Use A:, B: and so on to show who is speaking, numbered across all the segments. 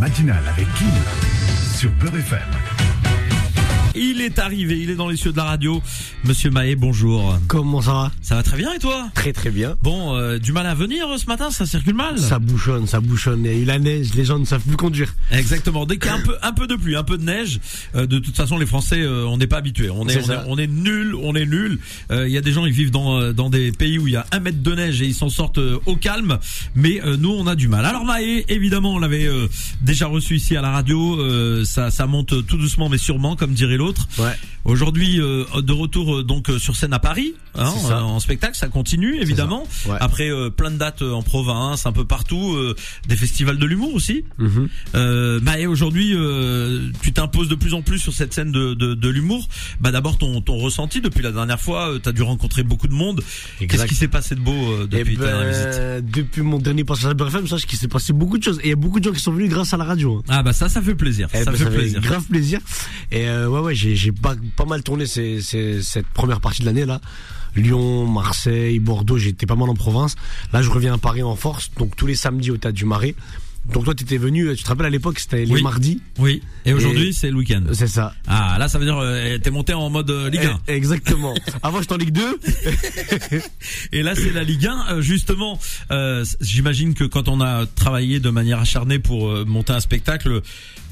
A: matinale avec Kim sur Beurre FM.
B: Il est arrivé, il est dans les cieux de la radio. Monsieur Mahé, bonjour.
C: Comment ça va
B: Ça va très bien et toi
C: Très très bien.
B: Bon, euh, du mal à venir euh, ce matin, ça circule mal.
C: Ça bouchonne, ça bouchonne. Il y a eu la neige, les gens ne savent plus conduire.
B: Exactement. Dès qu'il y a un peu, un peu de pluie, un peu de neige, euh, de toute façon, les Français, euh, on n'est pas habitués. On est,
C: C'est
B: on est,
C: ça.
B: on est nul, on est nul. Euh, Il y a des gens, ils vivent dans euh, dans des pays où il y a un mètre de neige et ils s'en sortent euh, au calme. Mais euh, nous, on a du mal. Alors Maé, évidemment, on l'avait euh, déjà reçu ici à la radio. Euh, ça, ça monte tout doucement, mais sûrement, comme dirait l'autre.
C: Ouais.
B: Aujourd'hui, euh, de retour euh, donc euh, sur scène à Paris, hein,
C: C'est ça.
B: euh, en spectacle, ça continue évidemment.
C: ça. Ouais.
B: Après euh, plein de dates euh, en province, un peu partout, euh, des festivals de l'humour aussi.
C: Mhm.
B: Euh, Maë, aujourd'hui, euh, tu t'imposes de plus en plus sur cette scène de, de, de l'humour. Bah d'abord ton, ton ressenti depuis la dernière fois, euh, t'as dû rencontrer beaucoup de monde.
C: Exact.
B: Qu'est-ce qui s'est passé de beau euh,
C: Et
B: depuis ta dernière visite
C: Eh ben, depuis mon dernier passage à BFM, sache qu'il s'est passé beaucoup de choses. Et il y a beaucoup de gens qui sont venus grâce à la radio. hein.
B: Ah bah ça, ça fait plaisir.
C: Eh
B: ça
C: ben,
B: fait
C: fait
B: plaisir.
C: grave plaisir. Et euh, ouais, ouais, j'ai, j'ai pas, pas mal tourné ces- ces- cette première partie de l'année là. Lyon, Marseille, Bordeaux, j'étais pas mal en province. Là, je reviens à Paris en force, donc tous les samedis au Théâtre du Marais. Donc toi, t'étais venu, euh, tu te rappelles à l'époque, c'était les
B: Oui.
C: mardis.
B: Oui. Et aujourd'hui,
C: Et-
B: c'est le week-end.
C: C'est ça.
B: Ah là, ça veut dire euh, t'es monté en mode euh, Ligue 1.
C: Eh, Exactement. Avant, j'étais en Ligue 2.
B: Et là, c'est la Ligue 1. Euh, justement, euh, j'imagine que quand on a travaillé de manière acharnée pour euh, monter un spectacle,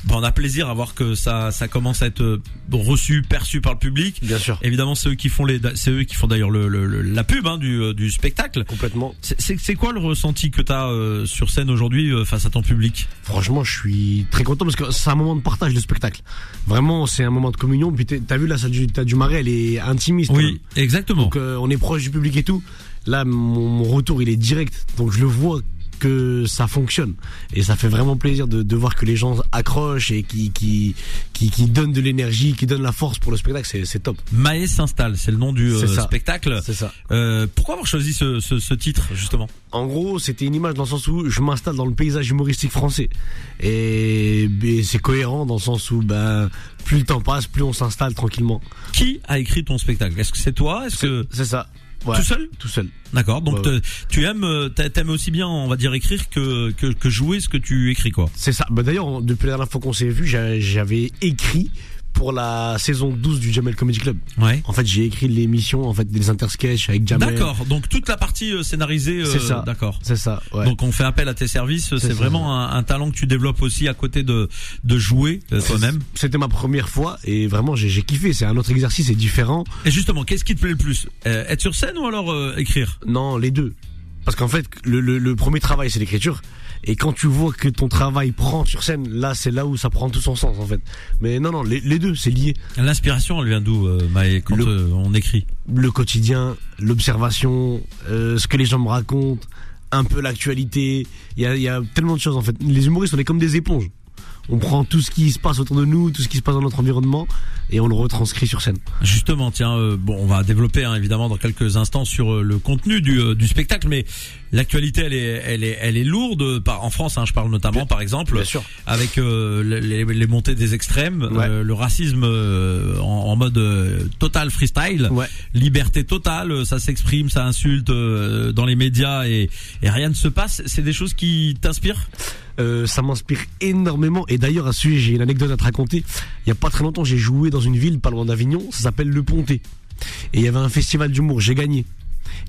B: bah, on a plaisir à voir que ça, ça commence à être euh, reçu, perçu par le public.
C: Bien sûr.
B: Évidemment, c'est eux qui font les, c'est eux qui font d'ailleurs le, le- le- la pub hein, du, euh, du spectacle.
C: Complètement.
B: C'est- C'est c'est quoi le ressenti que t'as euh, sur scène aujourd'hui euh, face à ton public
C: Franchement, je suis très content parce que c'est un moment de partage, le spectacle. Vraiment, c'est un moment de communion. Puis t'es- t'as vu, là, ça du, t'as du marais, elle est intimiste. quand même.
B: exactement.
C: Donc, euh, on est proche du public et tout. Là, mon, mon retour, il est direct. Donc, je le vois que ça fonctionne. Et ça fait vraiment plaisir de, de voir que les gens accrochent et qui, qui, qui, qui donnent de l'énergie, qui donnent la force pour le spectacle. C'est, c'est top.
B: Maé s'installe, c'est le nom du euh,
C: C'est ça.
B: spectacle.
C: C'est ça.
B: Euh, pourquoi avoir choisi ce, ce, ce titre justement
C: En gros, c'était une image dans le sens où je m'installe dans le paysage humoristique français. Et, et c'est cohérent dans le sens où ben, plus le temps passe, plus on s'installe tranquillement.
B: Qui a écrit ton spectacle Est-ce que c'est toi Est-ce que
C: C'est ça. Ouais.
B: tout seul
C: Tout seul.
B: D'accord. Donc
C: Bah Ouais, ouais.
B: te- tu aimes, euh, t'a- t'aimes aussi bien, on va dire écrire que que, que jouer ce que tu écris quoi.
C: C'est ça. Ben, D'ailleurs, on- depuis la dernière fois qu'on s'est vu, j'a- j'avais écrit pour la saison 12 du Jamel Comedy Club.
B: Ouais.
C: En fait, j'ai écrit l'émission, en fait, des intersketchs avec Jamel.
B: D'accord. Donc toute la partie euh, scénarisée. euh,
C: C'est ça.
B: D'accord.
C: C'est ça, ouais.
B: Donc on fait appel à tes services. C'est
C: ça.
B: vraiment un, un talent que tu développes aussi à côté de de jouer euh, toi-même.
C: C'était ma première fois et vraiment, j'ai j'ai kiffé. C'est un autre exercice, c'est différent.
B: Et justement, qu'est-ce qui te plaît le plus Euh, Être sur scène ou alors euh, écrire
C: Non, les deux. Parce qu'en fait, le, le- le premier travail, c'est l'écriture. Et quand tu vois que ton travail prend sur scène, là, c'est là où ça prend tout son sens, en fait. Mais non, non, les, les deux, c'est lié.
B: L'inspiration, elle vient d'où, euh, Maë, quand
C: Le-
B: euh, on écrit
C: Le quotidien, l'observation, euh, ce que les gens me racontent, un peu l'actualité. Il y a, il y a tellement de choses, en fait. Les humoristes, on est comme des éponges. On prend tout ce qui se passe autour de nous, tout ce qui se passe dans notre environnement, et on le retranscrit sur scène.
B: Justement, tiens, euh, bon, on va développer hein, évidemment dans quelques instants sur euh, le contenu du, euh, du spectacle, mais l'actualité, elle est, elle est, elle est lourde. euh, Par, en France, hein, je parle notamment, par exemple,
C: bien sûr.
B: avec euh, les, les montées des extrêmes,
C: Ouais.
B: euh, le racisme euh, en, en mode euh, total freestyle,
C: Ouais.
B: liberté totale, euh, ça s'exprime, ça insulte euh, dans les médias et, et rien ne se passe. C'est des choses qui t'inspirent.
C: Euh, ça m'inspire énormément. Et d'ailleurs, à ce sujet, j'ai une anecdote à te raconter. Il n'y a pas très longtemps, j'ai joué dans une ville pas loin d'Avignon, ça s'appelle Le Pontet. Et il y avait un festival d'humour, j'ai gagné.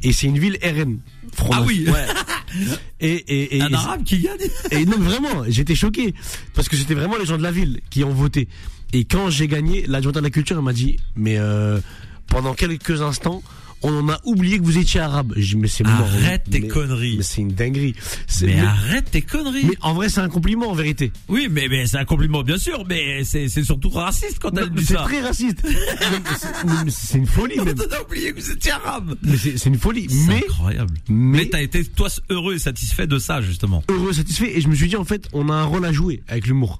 C: Et c'est une ville RN. Front
B: Ah
C: Nation.
B: oui.
C: Ouais. Et, et, et,
B: Un arabe qui gagne.
C: et, et non, vraiment, j'étais choqué. Parce que c'était vraiment les gens de la ville qui ont voté. Et quand j'ai gagné, l'adjoint à la culture elle m'a dit Mais euh, pendant quelques instants, on en a oublié que vous étiez arabe. J'ai dit Mais c'est mort.
B: Arrête tes
C: Mais-
B: conneries.
C: Mais c'est une dinguerie. C'est-
B: Mais
C: mais-
B: arrête tes conneries.
C: mais en vrai, c'est un compliment en vérité.
B: Oui, mais, mais c'est un compliment, bien sûr, mais c'est c'est surtout raciste quand
C: Non,
B: elle
C: mais
B: dit
C: C'est
B: ça.
C: très raciste. Non, mais c'est- mais c'est une folie même.
B: On a oublié que vous étiez arabe.
C: Mais c'est c'est une folie.
B: C'est
C: Mais,
B: incroyable. Mais
C: mais
B: t'as été, toi, heureux et satisfait de ça, justement.
C: heureux, satisfait. Et je me suis dit en fait, on a un rôle à jouer avec l'humour.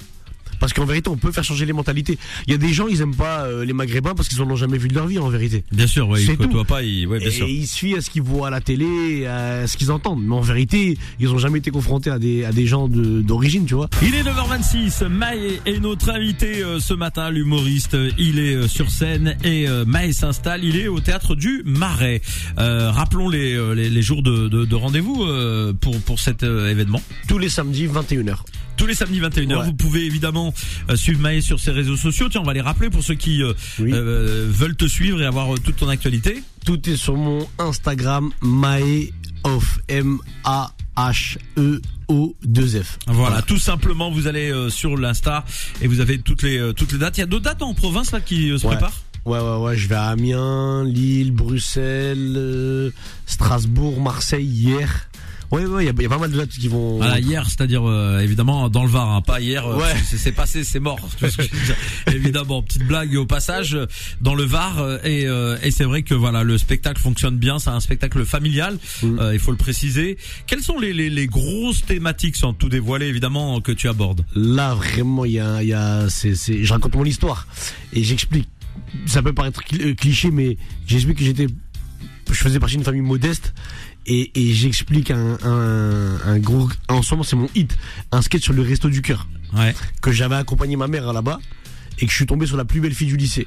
C: Parce qu'en vérité, on peut faire changer les mentalités. Il y a des gens, ils aiment pas euh, les Maghrébins parce qu'ils en ont jamais vu de leur vie en vérité.
B: Bien sûr, ouais,
C: C'est
B: ils
C: tout.
B: côtoient pas, ils, ouais, bien
C: Et
B: sûr.
C: ils se fient à ce qu'ils voient à la télé, à ce qu'ils entendent. Mais en vérité, ils ont jamais été confrontés à des, à des gens de- d'origine, tu vois.
B: Il est 9h26, Maë est notre invité euh, ce matin, l'humoriste. euh, Il est euh, sur scène et euh, Maë s'installe, il est au théâtre du Marais. Euh, rappelons les, euh, les, les jours de, de, de rendez-vous euh, pour, pour cet euh, événement.
C: Tous les samedis, 21h.
B: tous les samedis 21h.
C: Ouais.
B: Vous pouvez évidemment euh, suivre Maë sur ses réseaux sociaux. Tiens, on va les rappeler pour ceux qui euh,
C: Oui.
B: euh, veulent te suivre et avoir euh, toute ton actualité.
C: Tout est sur mon Instagram, Mae Off, E M-A-H-E-O-2-F.
B: Voilà, tout simplement, vous allez euh, sur l'Insta et vous avez toutes les euh, toutes les dates. Il y a d'autres dates en province là qui euh, se
C: Ouais.
B: préparent.
C: Ouais, ouais, ouais, je vais à Amiens, Lille, Bruxelles, euh, Strasbourg, Marseille, hier. Ouais, ouais, il y, a- il y a pas mal de dates qui vont.
B: Voilà, Bah, hier, c'est-à-dire euh, évidemment dans le Var, hein, pas hier. euh,
C: Ouais.
B: c'est- C'est passé, c'est mort. Tu vois ce que je veux dire évidemment, petite blague au passage euh, dans le Var euh, et, euh, et c'est vrai que voilà le spectacle fonctionne bien. C'est un spectacle familial,
C: Mhm.
B: euh, il faut le préciser. Quelles sont les, les, les grosses thématiques sans tout dévoiler évidemment que tu abordes
C: Là, vraiment, il y a. il Y a c'est, c'est- je raconte mon histoire et j'explique. Ça peut paraître cli- euh, cliché, mais j'explique que j'étais. Je faisais partie d'une famille modeste et, et j'explique un, un, un gros. En ce moment, c'est mon hit. Un sketch sur le resto du cœur
B: Ouais.
C: que j'avais accompagné ma mère là-bas et que je suis tombé sur la plus belle fille du lycée.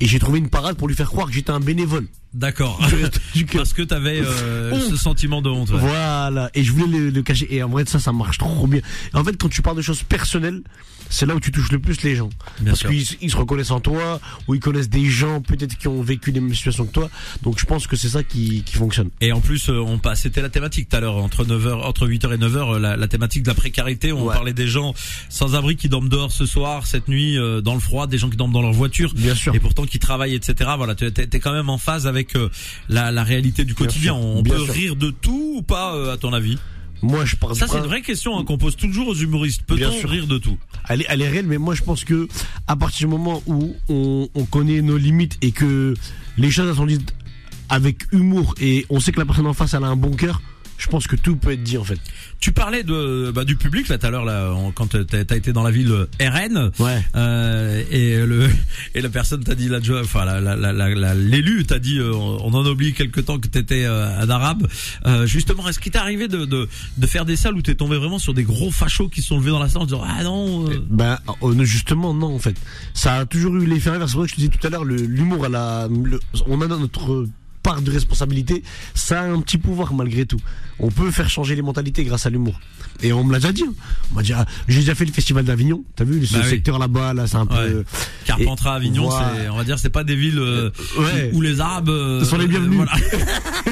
C: Et j'ai trouvé une parade pour lui faire croire que j'étais un bénévole
B: D'accord.
C: du resto du cœur.
B: Parce que t'avais euh, ce
C: Honte.
B: sentiment de honte. ouais.
C: Voilà, et je voulais le, le cacher. Et en vrai, ça, ça marche trop bien. En fait, quand tu parles de choses personnelles, c'est là où tu touches le plus les gens.
B: Bien
C: Parce
B: sûr.
C: qu'ils ils se reconnaissent en toi, ou ils connaissent des gens peut-être qui ont vécu les mêmes situations que toi. Donc je pense que c'est ça qui, qui fonctionne.
B: Et en plus, euh, on passe. C'était la thématique tout à l'heure entre 9h, entre 8h et 9h, euh, la, la thématique de la précarité. On
C: Ouais.
B: parlait des gens sans abri qui dorment dehors ce soir, cette nuit, euh, dans le froid, des gens qui dorment dans leur voiture.
C: Bien sûr.
B: Et pourtant qui travaillent, etc. Voilà, tu es quand même en phase avec euh, la, la réalité du quotidien.
C: sûr,
B: On
C: bien
B: peut
C: sûr.
B: rire de tout ou pas, euh, à ton avis
C: Moi, je parle
B: Ça, c'est une vraie question hein, qu'on pose toujours aux humoristes.
C: Bien
B: Peut-on
C: sûr.
B: rire de tout
C: elle est, elle est réelle, mais moi je pense que à partir du moment où on, on connaît nos limites et que les choses elles sont dites avec humour et on sait que la personne en face elle a un bon cœur, je pense que tout peut être dit en fait.
B: Tu parlais de bah, du public là tout à l'heure là en- quand t'as t'as été dans la ville euh, RN.
C: Ouais.
B: Euh, et le et la personne t'a dit la jo- enfin la la la- la- la- l'élu t'a dit euh, on en oublie quelque temps que t'étais euh, un arabe Euh, justement est-ce qu'il t'est arrivé de, de de faire des salles où t'es tombé vraiment sur des gros fachos qui se sont levés dans la salle en disant ah non euh,
C: Ben euh, justement non en fait. Ça a toujours eu l'effet inverse. C'est pour ça que je te disais tout à l'heure, le- l'humour, elle a, le- on a notre part de responsabilité. Ça a un petit pouvoir malgré tout. On peut faire changer les mentalités grâce à l'humour. Et on me l'a déjà dit. hein. On m'a dit, ah, j'ai déjà fait le festival d'Avignon. T'as vu ce
B: Bah oui.
C: secteur là-bas, là, c'est un peu.
B: Ouais. Carpentras Avignon
C: voilà.
B: c'est on va dire c'est pas des villes euh,
C: Ouais.
B: où les arabes euh,
C: Sont les bienvenus.
B: voilà,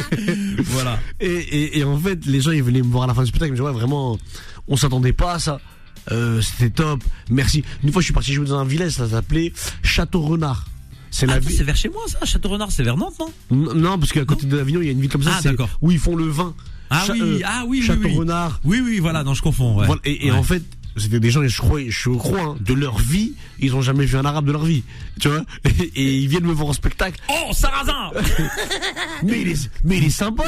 B: Voilà.
C: Et, et, et en fait, les gens, ils venaient me voir à la fin du spectacle. Ils me disaient, ouais, vraiment, on s'attendait pas à ça. Euh, C'était top. Merci. Une fois, je suis parti jouer dans un village, ça s'appelait Château Renard. C'est la
B: Attends,
C: ville.
B: c'est vers chez moi Ah, ça Château Renard c'est vers Nantes non
C: N- Non, parce qu'à côté de l'Avignon, il y a une ville comme ça
B: Ah,
C: c'est
B: d'accord.
C: où ils font le vin.
B: Ah oui,
C: euh,
B: ah oui, oui,
C: Château
B: oui.
C: Renard.
B: oui oui voilà non je confonds ouais.
C: Voilà, et et
B: Ouais.
C: en fait, c'était des gens, je crois, je crois, hein, de leur vie, ils ont jamais vu un arabe de leur vie. Tu vois et, et ils viennent me voir en spectacle.
B: oh Sarrazin
C: Mais il est, mais il est sympa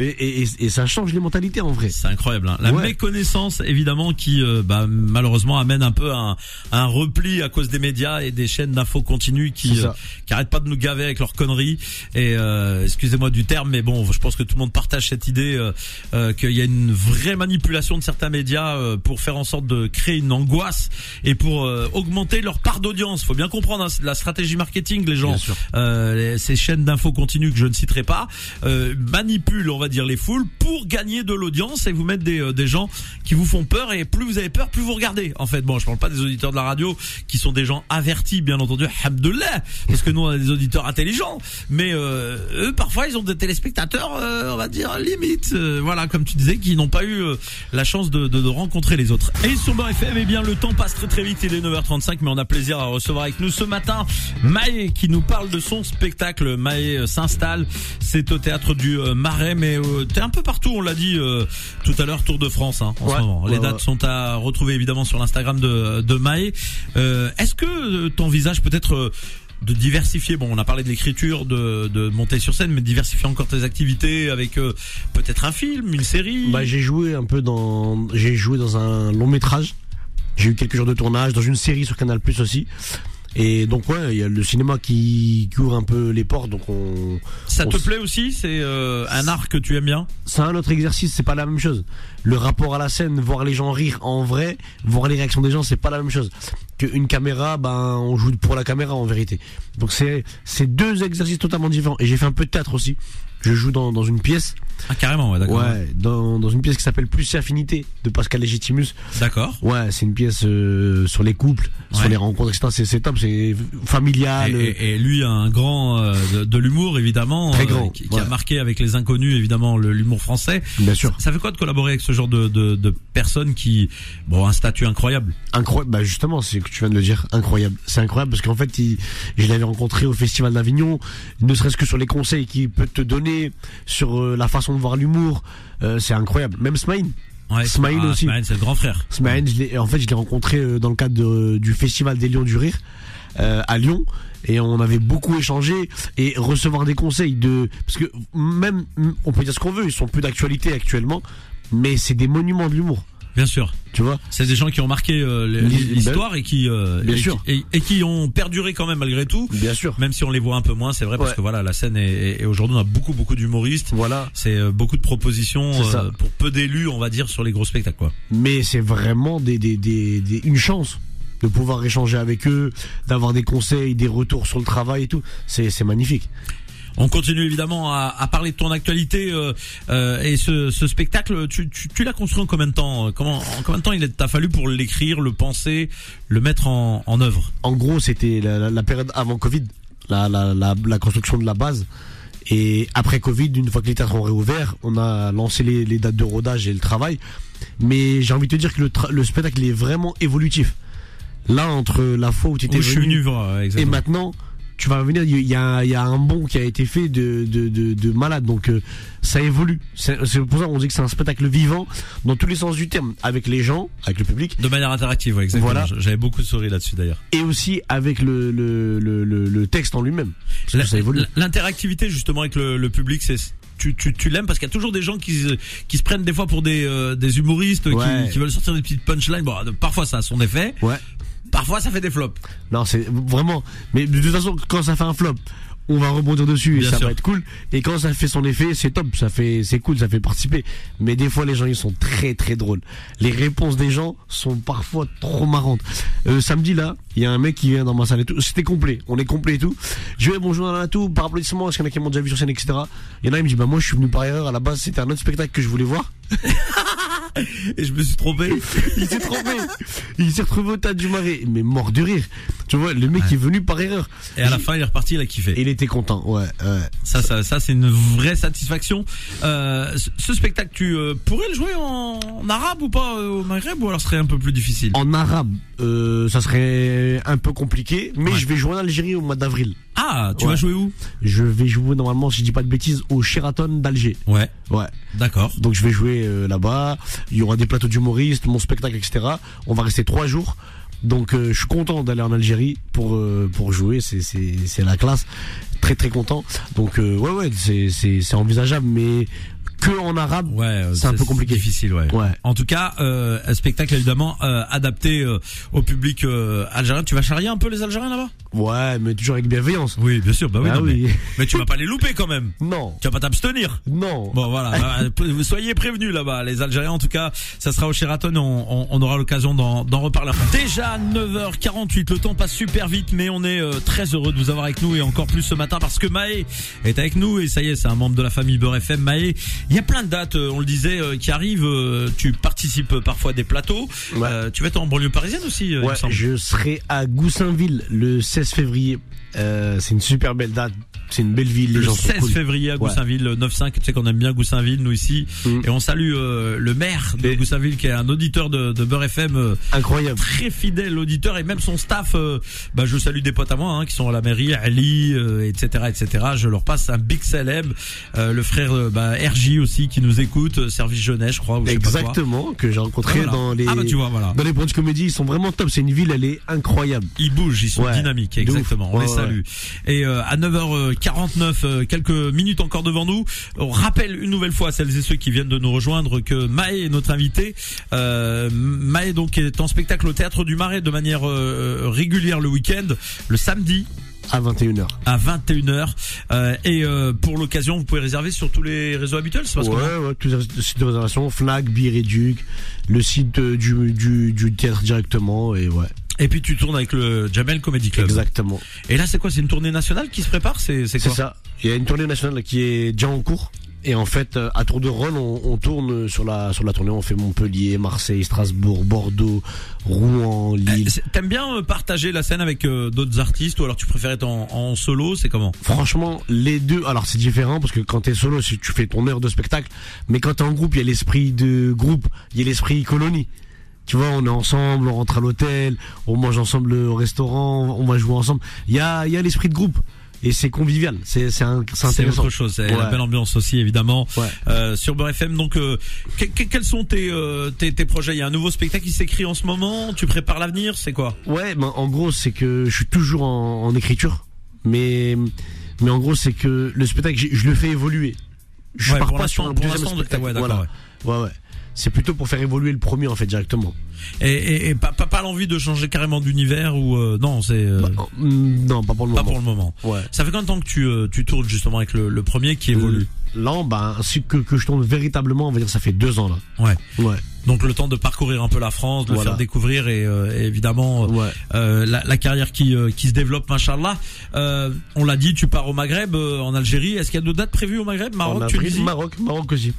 C: et, et, et, et ça change les mentalités en vrai.
B: C'est incroyable. hein. La
C: Ouais.
B: méconnaissance, évidemment, qui euh, bah, malheureusement amène un peu un, un repli à cause des médias et des chaînes d'infos continues qui,
C: C'est ça.
B: euh, qui arrêtent pas de nous gaver avec leurs conneries. Et euh, excusez-moi du terme, mais bon, je pense que tout le monde partage cette idée euh, euh, qu'il y a une vraie manipulation de certains médias euh, pour faire en sorte de créer une angoisse et pour euh, augmenter leur part d'audience. Faut bien comprendre hein, c'est de la stratégie marketing, les gens.
C: Bien sûr.
B: Euh, les- ces chaînes d'infos continues que je ne citerai pas euh, manipulent, on va dire, les foules pour gagner de l'audience et vous mettre des, euh, des gens qui vous font peur et plus vous avez peur, plus vous regardez. En fait, bon, je parle pas des auditeurs de la radio qui sont des gens avertis, bien entendu, Alhamdoulilah, parce que nous on a des auditeurs intelligents, mais euh, eux parfois ils ont des téléspectateurs, euh, on va dire limite, euh, voilà, comme tu disais, qui n'ont pas eu euh, la chance de, de, de rencontrer les autres. Et sur Beurre FM, eh bien le temps passe très très vite, il est 9h35, mais on a plaisir à recevoir avec nous ce matin Maë qui nous parle de son spectacle. Maë euh, s'installe, c'est au théâtre du euh, Marais, mais euh, t'es un peu partout, on l'a dit euh, tout à l'heure, Tour de France hein, en
C: Ouais,
B: ce moment. Les
C: ouais,
B: dates
C: ouais.
B: sont à retrouver évidemment sur l'Instagram de, de Maë. Euh, Est-ce que euh, t'envisages peut-être euh, de diversifier, bon on a parlé de l'écriture, de, de monter sur scène, mais de diversifier encore tes activités avec euh, peut-être un film, une série
C: Bah, j'ai joué un peu dans, j'ai joué dans un long métrage. J'ai eu quelques jours de tournage dans une série sur Canal Plus aussi. Et donc ouais, il y a le cinéma qui, qui ouvre un peu les portes, donc on,
B: Ça
C: on
B: te
C: s-
B: plaît aussi C'est euh, un art que tu aimes bien
C: c'est un autre exercice, c'est pas la même chose. Le rapport à la scène, voir les gens rire en vrai, voir les réactions des gens, c'est pas la même chose. Qu'une caméra, ben, on joue pour la caméra en vérité. Donc c'est, c'est deux exercices totalement différents. Et j'ai fait un peu de théâtre aussi. je joue dans, dans une pièce.
B: Ah, carrément, ouais, d'accord.
C: Ouais, dans, dans une pièce qui s'appelle Plus Affinité de Pascal Legitimus.
B: D'accord.
C: Ouais, c'est une pièce euh, sur les couples,
B: Ouais.
C: sur les rencontres, etc. C'est, c'est top, c'est
B: Et,
C: familial.
B: et- et lui, un grand euh, de, de l'humour, évidemment, euh,
C: Très grand,
B: qui, qui a
C: ouais.
B: marqué avec les inconnus, évidemment, le- l'humour français.
C: Bien sûr.
B: Ça fait quoi de collaborer avec ce genre de, de, de personnes qui, bon, un statut incroyable.
C: Incroyable, bah justement, c'est ce que tu viens de le dire, incroyable. C'est incroyable parce qu'en fait, il- je l'avais rencontré au Festival d'Avignon, ne serait-ce que sur les conseils qu'il peut te donner, sur euh, la façon de voir l'humour, euh, c'est incroyable. Même Smaïn,
B: Ouais,
C: Smile
B: ah,
C: aussi.
B: Smile, c'est le grand frère.
C: Smaïn, je l'ai- en fait, je l'ai rencontré euh, dans le cadre de- du Festival des Lions du Rire euh, à Lyon, et on avait beaucoup échangé et recevoir des conseils de, parce que même, on peut dire ce qu'on veut, ils sont plus d'actualité actuellement, mais c'est des monuments de l'humour,
B: Bien sûr.
C: tu vois.
B: C'est des gens qui ont marqué euh, l-
C: Bien-
B: l'histoire et qui, euh,
C: Bien
B: et,
C: sûr.
B: qui- et- et qui ont perduré quand même malgré tout.
C: Bien sûr.
B: Même si on les voit un peu moins, c'est vrai parce
C: Ouais.
B: que voilà, la scène est, est- et aujourd'hui on a beaucoup beaucoup d'humoristes.
C: Voilà.
B: C'est euh, beaucoup de propositions
C: C'est ça.
B: euh, pour peu d'élus, on va dire, sur les gros spectacles. Quoi.
C: mais c'est vraiment des, des, des, des- une chance de pouvoir échanger avec eux, d'avoir des conseils, des retours sur le travail et tout. C'est c'est magnifique.
B: On continue évidemment à, à parler de ton actualité euh, euh, et ce, ce spectacle. Tu, tu, tu l'as construit en combien de temps euh, Comment en combien de temps il t'a fallu pour l'écrire, le penser, le mettre en, en œuvre
C: En gros, c'était la, la- la période avant Covid, la, la, la, la construction de la base. Et après Covid, une fois que les théâtres ont réouvert, on a lancé les, les dates de rodage et le travail. Mais j'ai envie de te dire que le, tra- le spectacle est vraiment évolutif. Là, entre la fois où tu étais
B: Oui, je suis venu voir. ouais,
C: Et
B: exactement.
C: maintenant, tu vas revenir, il y a, il y a un bond qui a été fait de, de, de, de malade. Donc euh, ça évolue. C'est c'est pour ça qu'on dit que c'est un spectacle vivant dans tous les sens du terme, avec les gens, avec le public,
B: De manière interactive, ouais, exactement.
C: Voilà.
B: J'avais beaucoup souri là-dessus d'ailleurs.
C: et aussi avec le, le, le, le, le texte en lui-même. Parce que ça évolue.
B: L- L'interactivité justement avec le, le public, c'est tu, tu, tu l'aimes parce qu'il y a toujours des gens qui, se- qui se prennent des fois pour des, euh, des humoristes qui-
C: Ouais.
B: qui, veulent sortir des petites punchlines. Bon, euh, parfois ça a son effet,
C: Ouais.
B: parfois ça fait des flops.
C: Non, c'est vraiment. Mais de toute façon, quand ça fait un flop. On va rebondir dessus et
B: Bien
C: ça
B: sûr.
C: va être cool. Et quand ça fait son effet, c'est top, ça fait, c'est cool, ça fait participer. Mais des fois, les gens ils sont très très drôles. Les réponses des gens sont parfois trop marrantes. Euh, samedi là, il y a un mec qui vient dans ma salle et tout. C'était complet, on est complet et tout. Je vais bonjour à tout, par applaudissement, est-ce qu'il y en a qui m'ont déjà vu sur scène, etc. Il y en a il me dit bah moi je suis venu par erreur. À la base, c'était un autre spectacle que je voulais voir.
B: Et je me suis trompé.
C: Il s'est trompé. il s'est retrouvé au tas du marais, mais mort de rire. Tu vois, le mec est venu par erreur.
B: Et à la fin, il est reparti, il a kiffé.
C: Et il était content, ouais. ouais.
B: Ça, ça, ça c'est une vraie satisfaction. Euh, ce- ce spectacle, tu euh, pourrais le jouer en, en arabe ou pas euh, au Maghreb ou alors ce serait un peu plus difficile
C: En arabe, euh, ça serait un peu compliqué, mais
B: Ouais.
C: je vais jouer en Algérie au mois d'avril.
B: Ah, tu
C: Ouais.
B: vas jouer où
C: Je vais jouer normalement, si je dis pas de bêtises, au Sheraton d'Alger.
B: Ouais,
C: Ouais.
B: d'accord.
C: Donc je vais jouer euh, là-bas. Il y aura des plateaux d'humoristes, mon spectacle, etc. On va rester trois jours. Donc euh, je suis content d'aller en Algérie pour euh, pour jouer. C'est c'est c'est la classe. Très très content. Donc euh, ouais ouais, c'est c'est c'est envisageable, mais que en arabe.
B: Ouais, euh,
C: C'est un peu compliqué.
B: difficile, ouais.
C: Ouais.
B: En tout cas, euh, un spectacle évidemment euh, adapté euh, au public euh, algérien. Tu vas charrier un peu les Algériens là-bas
C: Ouais, mais toujours avec bienveillance.
B: Oui, bien sûr. Bah
C: Ah
B: non,
C: oui.
B: Mais, mais tu vas pas les louper quand même.
C: Non.
B: Tu vas pas t'abstenir.
C: Non.
B: Bon voilà, bah, vous soyez prévenus là-bas, les Algériens en tout cas, ça sera au Sheraton, on, on- on aura l'occasion d'en d'en reparler. Déjà 9h48, le temps passe super vite mais on est euh, très heureux de vous avoir avec nous et encore plus ce matin parce que Maé est avec nous et ça y est, c'est un membre de la famille Beurre FM. Maé, il y a plein de dates, euh, on le disait, euh, qui arrivent, euh, tu participes parfois à des plateaux,
C: Ouais.
B: Euh, tu vas être en banlieue parisienne aussi, euh, il me
C: Ouais,
B: semble.
C: je serai à Goussainville le 16 février. Euh, c'est une super belle date. C'est une belle ville. Les
B: Le
C: gens sont
B: 16
C: cool.
B: février à
C: Ouais.
B: Goussainville, le 9-5, tu sais qu'on aime bien Goussainville, nous ici.
C: Mm.
B: Et on salue euh, le maire de
C: Et-
B: Goussainville qui est un auditeur de, de Beurre FM. euh,
C: Incroyable.
B: très fidèle auditeur et même son staff. euh, bah, je salue des potes à moi hein, qui sont à la mairie, Ali, euh, etc., etc. Je leur passe un big célèbre. Euh, le frère euh, bah, RJ aussi qui nous écoute, euh, service jeunesse, je crois. Ou je sais pas quoi.
C: Exactement que j'ai
B: Ah,
C: rencontré
B: voilà.
C: dans les
B: Ah bah tu vois, voilà.
C: dans les branches comédies. Ils sont vraiment top. C'est une ville. Elle est incroyable.
B: Ils bougent, ils sont
C: Ouais,
B: dynamiques,
C: de ouf.
B: exactement. On
C: Ouais,
B: les
C: ouais,
B: salue. Et euh, à 9h49, euh, quelques minutes encore devant nous, on rappelle une nouvelle fois à celles et ceux qui viennent de nous rejoindre que Maë est notre invité. Euh, Maë donc est en spectacle au Théâtre du Marais de manière euh, régulière le week-end, le samedi
C: À 21h.
B: à 21h. Euh, et euh, pour l'occasion, vous pouvez réserver sur tous les réseaux habituels. C'est parce que
C: Ouais, ouais. Tout ça, le site de réservation. Fnac, Bir et Duc, le site euh, du, du du théâtre directement et ouais.
B: Et puis tu tournes avec le Jamel Comedy Club.
C: Exactement.
B: Et là, c'est quoi C'est une tournée nationale qui se prépare C'est c'est
C: C'est
B: quoi
C: ça. Il y a une tournée nationale qui est déjà en cours. Et en fait, euh, à tour de rôle, on, on tourne sur la, sur la tournée. On fait Montpellier, Marseille, Strasbourg, Bordeaux, Rouen, Lille.
B: C'est- T'aimes bien euh, partager la scène avec euh, d'autres artistes ou alors tu préfères être en, en solo C'est comment
C: Franchement, les deux. Alors, c'est différent parce que quand t'es solo, c'est- tu fais ton heure de spectacle. Mais quand t'es en groupe, il y a l'esprit de groupe. Il y a l'esprit colonie. Tu vois, on est ensemble, on rentre à l'hôtel, on mange ensemble au restaurant, on va jouer ensemble. Il y a, il y a l'esprit de groupe. Et c'est convivial. C'est, c'est, un- c'est
B: C'est
C: intéressant.
B: autre chose. C'est la
C: Ouais.
B: belle ambiance aussi, évidemment.
C: Ouais.
B: Euh, sur Beurre FM, donc, euh, que- que- quels sont tes, euh, tes, tes projets Il y a un nouveau spectacle qui s'écrit en ce moment. Tu prépares l'avenir C'est quoi
C: Ouais, ben, en gros, c'est que je suis toujours en, en écriture, mais mais en gros, c'est que le spectacle, j'ai- je le fais évoluer. Je
B: Ouais,
C: pars
B: pour
C: pas
B: l'instant-
C: sur un
B: pour
C: deuxième
B: l'instant,
C: spectacle.
B: ouais, d'accord,
C: voilà. ouais, ouais. C'est plutôt pour faire évoluer le premier en fait directement.
B: Et, et, et pas, pas, pas l'envie de changer carrément d'univers ou euh, non C'est euh,
C: Bah, oh, mm, non, pas pour le
B: pas pour
C: moment.
B: le moment.
C: Ouais.
B: Ça fait combien de temps que tu, euh, tu tournes justement avec le, le premier qui évolue
C: Là, ben, ce que, que je tourne véritablement, on va dire, ça fait deux ans là.
B: Ouais.
C: Ouais,
B: Donc le temps de parcourir un peu la France, de le
C: Voilà.
B: faire découvrir et, euh, et évidemment euh,
C: ouais.
B: euh, la, la carrière qui, euh, qui se développe, machallah. Euh, on l'a dit, tu pars au Maghreb, euh, en Algérie. Est-ce qu'il y a d'autres dates prévues au Maghreb,
C: On
B: Maroc,
C: a pris
B: Tunisie
C: Maroc, Maroc aussi.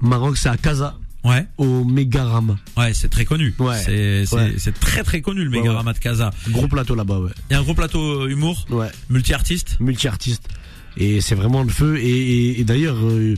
C: Maroc, c'est à Casa,
B: Ouais,
C: au Megarama.
B: ouais, c'est très connu.
C: Ouais.
B: C'est c'est-
C: Ouais.
B: c'est très très connu le
C: Ouais,
B: Megarama de Casa.
C: Gros plateau là-bas, ouais.
B: Il y a un gros plateau euh, humour,
C: Ouais.
B: multi-artiste.
C: multi-artiste. Et c'est vraiment le feu. Et, et- et d'ailleurs, euh,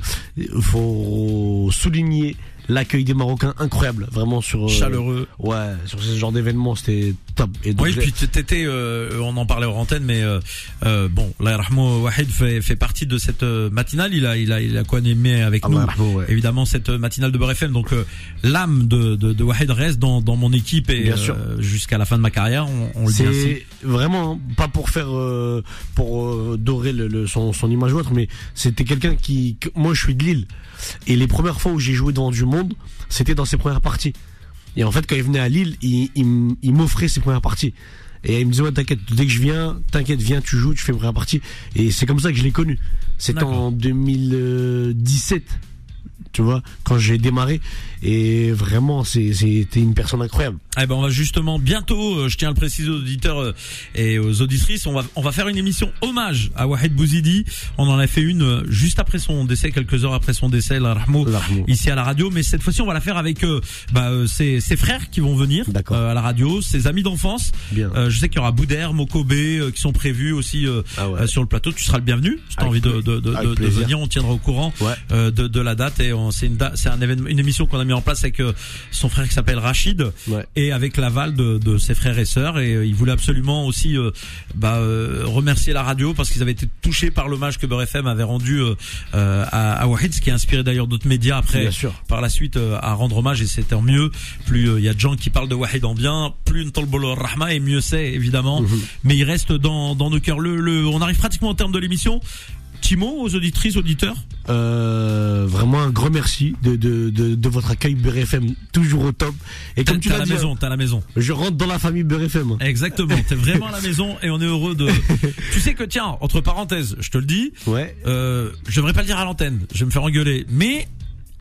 C: faut souligner l'accueil des Marocains incroyable, vraiment sur euh,
B: Chaleureux.
C: Ouais, sur ce genre d'événement, c'était top. Et donc,
B: Oui,
C: j'ai-
B: puis t'étais, euh, on en parlait hors antenne, mais euh, euh, bon, la Rahmo Wahid fait, fait partie de cette euh, matinale. Il a, il a, il a co-animé avec
C: Ah
B: nous.
C: ouais, bravo, ouais.
B: évidemment cette matinale de Beurre FM. Donc euh, l'âme de, de, de Wahed reste dans, dans mon équipe et
C: Bien sûr.
B: euh, jusqu'à la fin de ma carrière, on, on le dit ainsi.
C: C'est vraiment hein, pas pour faire euh, pour euh, dorer le, le- son, son image ou autre, mais c'était quelqu'un qui. que- moi, je suis de Lille et les premières fois où j'ai joué devant du monde, c'était dans ses premières parties. Et en fait, quand il venait à Lille, il, il, m- il m'offrait ses premières parties. Et il me disait ouais t'inquiète dès que je viens t'inquiète viens tu joues tu fais première partie et c'est comme ça que je l'ai connu c'était
B: D'accord.
C: en 2017 tu vois quand j'ai démarré et vraiment c'est- c'était une personne incroyable
B: Eh ben on va justement bientôt, euh, je tiens à le préciser aux auditeurs euh, et aux auditrices, on va on va faire une émission hommage à Wahed Bouzidi. On en a fait une euh, juste après son décès, quelques heures après son décès, la Rahmo.
C: Larmont.
B: ici à la radio, mais cette fois-ci on va la faire avec euh, bah, euh, ses, ses frères qui vont venir
C: D'accord.
B: euh, à la radio, ses amis d'enfance.
C: bien
B: Euh, je sais qu'il y aura Boudère, Mokobé euh, qui sont prévus aussi euh,
C: Ah ouais.
B: euh, sur le plateau. Tu seras le bienvenu. Si t'as
C: Avec
B: envie de,
C: pla-
B: de, de,
C: avec
B: de- de
C: plaisir.
B: venir, on tiendra au courant
C: Ouais.
B: euh, de, de la date. Et on- c'est une, da- c'est un événement, une émission qu'on a mis en place avec euh, son frère qui s'appelle Rachid
C: ouais
B: et avec l'aval de, de ses frères et sœurs. Et euh, il voulait absolument aussi euh, bah, euh, remercier la radio parce qu'ils avaient été touchés par l'hommage que Beurre FM avait rendu euh, euh, à, à Wahid, ce qui a inspiré d'ailleurs d'autres médias après
C: Bien sûr.
B: par la suite euh, à rendre hommage et c'est tant mieux. Plus euh, il y a de gens qui parlent de Wahid en bien, plus Ntalbol Rahma et mieux c'est évidemment. Mais il reste dans, dans nos cœurs. Le, le- on arrive pratiquement au terme de l'émission. Petit mot aux auditrices, auditeurs.
C: Euh, vraiment un grand merci de, de, de, de votre accueil BRFM, toujours au top. Et
B: T'as
C: comme tu
B: t'as
C: l'as
B: la
C: dit,
B: maison, t'as la maison.
C: je rentre dans la famille BRFM.
B: Exactement. T'es vraiment à la maison et on est heureux de. tu sais que tiens, entre parenthèses, je te le dis,
C: Ouais,
B: euh, je devrais pas le dire à l'antenne. Je vais me faire engueuler. Mais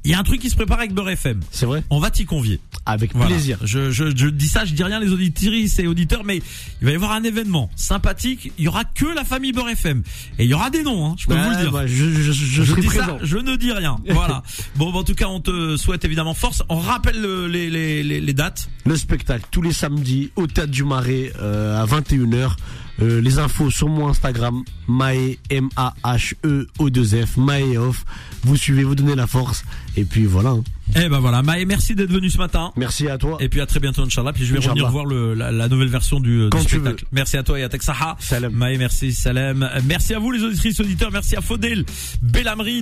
B: il y a un truc qui se prépare avec Beurre FM.
C: c'est vrai
B: On va t'y convier.
C: Avec
B: Voilà.
C: plaisir.
B: Je, je, je dis ça, je dis rien les auditrices et auditeurs, mais il va y avoir un événement sympathique. Il y aura que la famille Beurre FM et il y aura des noms. Hein, je peux
C: Ouais,
B: vous le dire.
C: bah, je, je, je, je serai
B: dis ça,
C: présent.
B: je ne dis rien. Voilà. bon, bah, en tout cas, on te souhaite évidemment force. On rappelle le- les, les, les, les dates.
C: Le spectacle tous les samedis au Théâtre du Marais euh, à 21h. Euh, les infos sur mon Instagram, Mae, E M-A-H-E-O-2-F, Mae Off. Vous suivez, vous donnez la force. Et puis voilà. hein.
B: Eh ben voilà, Maë, merci d'être venu ce matin.
C: Merci à toi.
B: Et puis à très bientôt, Inch'Allah. Puis je vais
C: Inch'Allah.
B: revenir voir le, la, la nouvelle version du, euh, du
C: Quand tu
B: spectacle. Merci à toi et à Texaha.
C: Salam.
B: Maë, merci, salam. Merci à vous les auditrices, auditeurs. Merci à Faudel, Bellamri,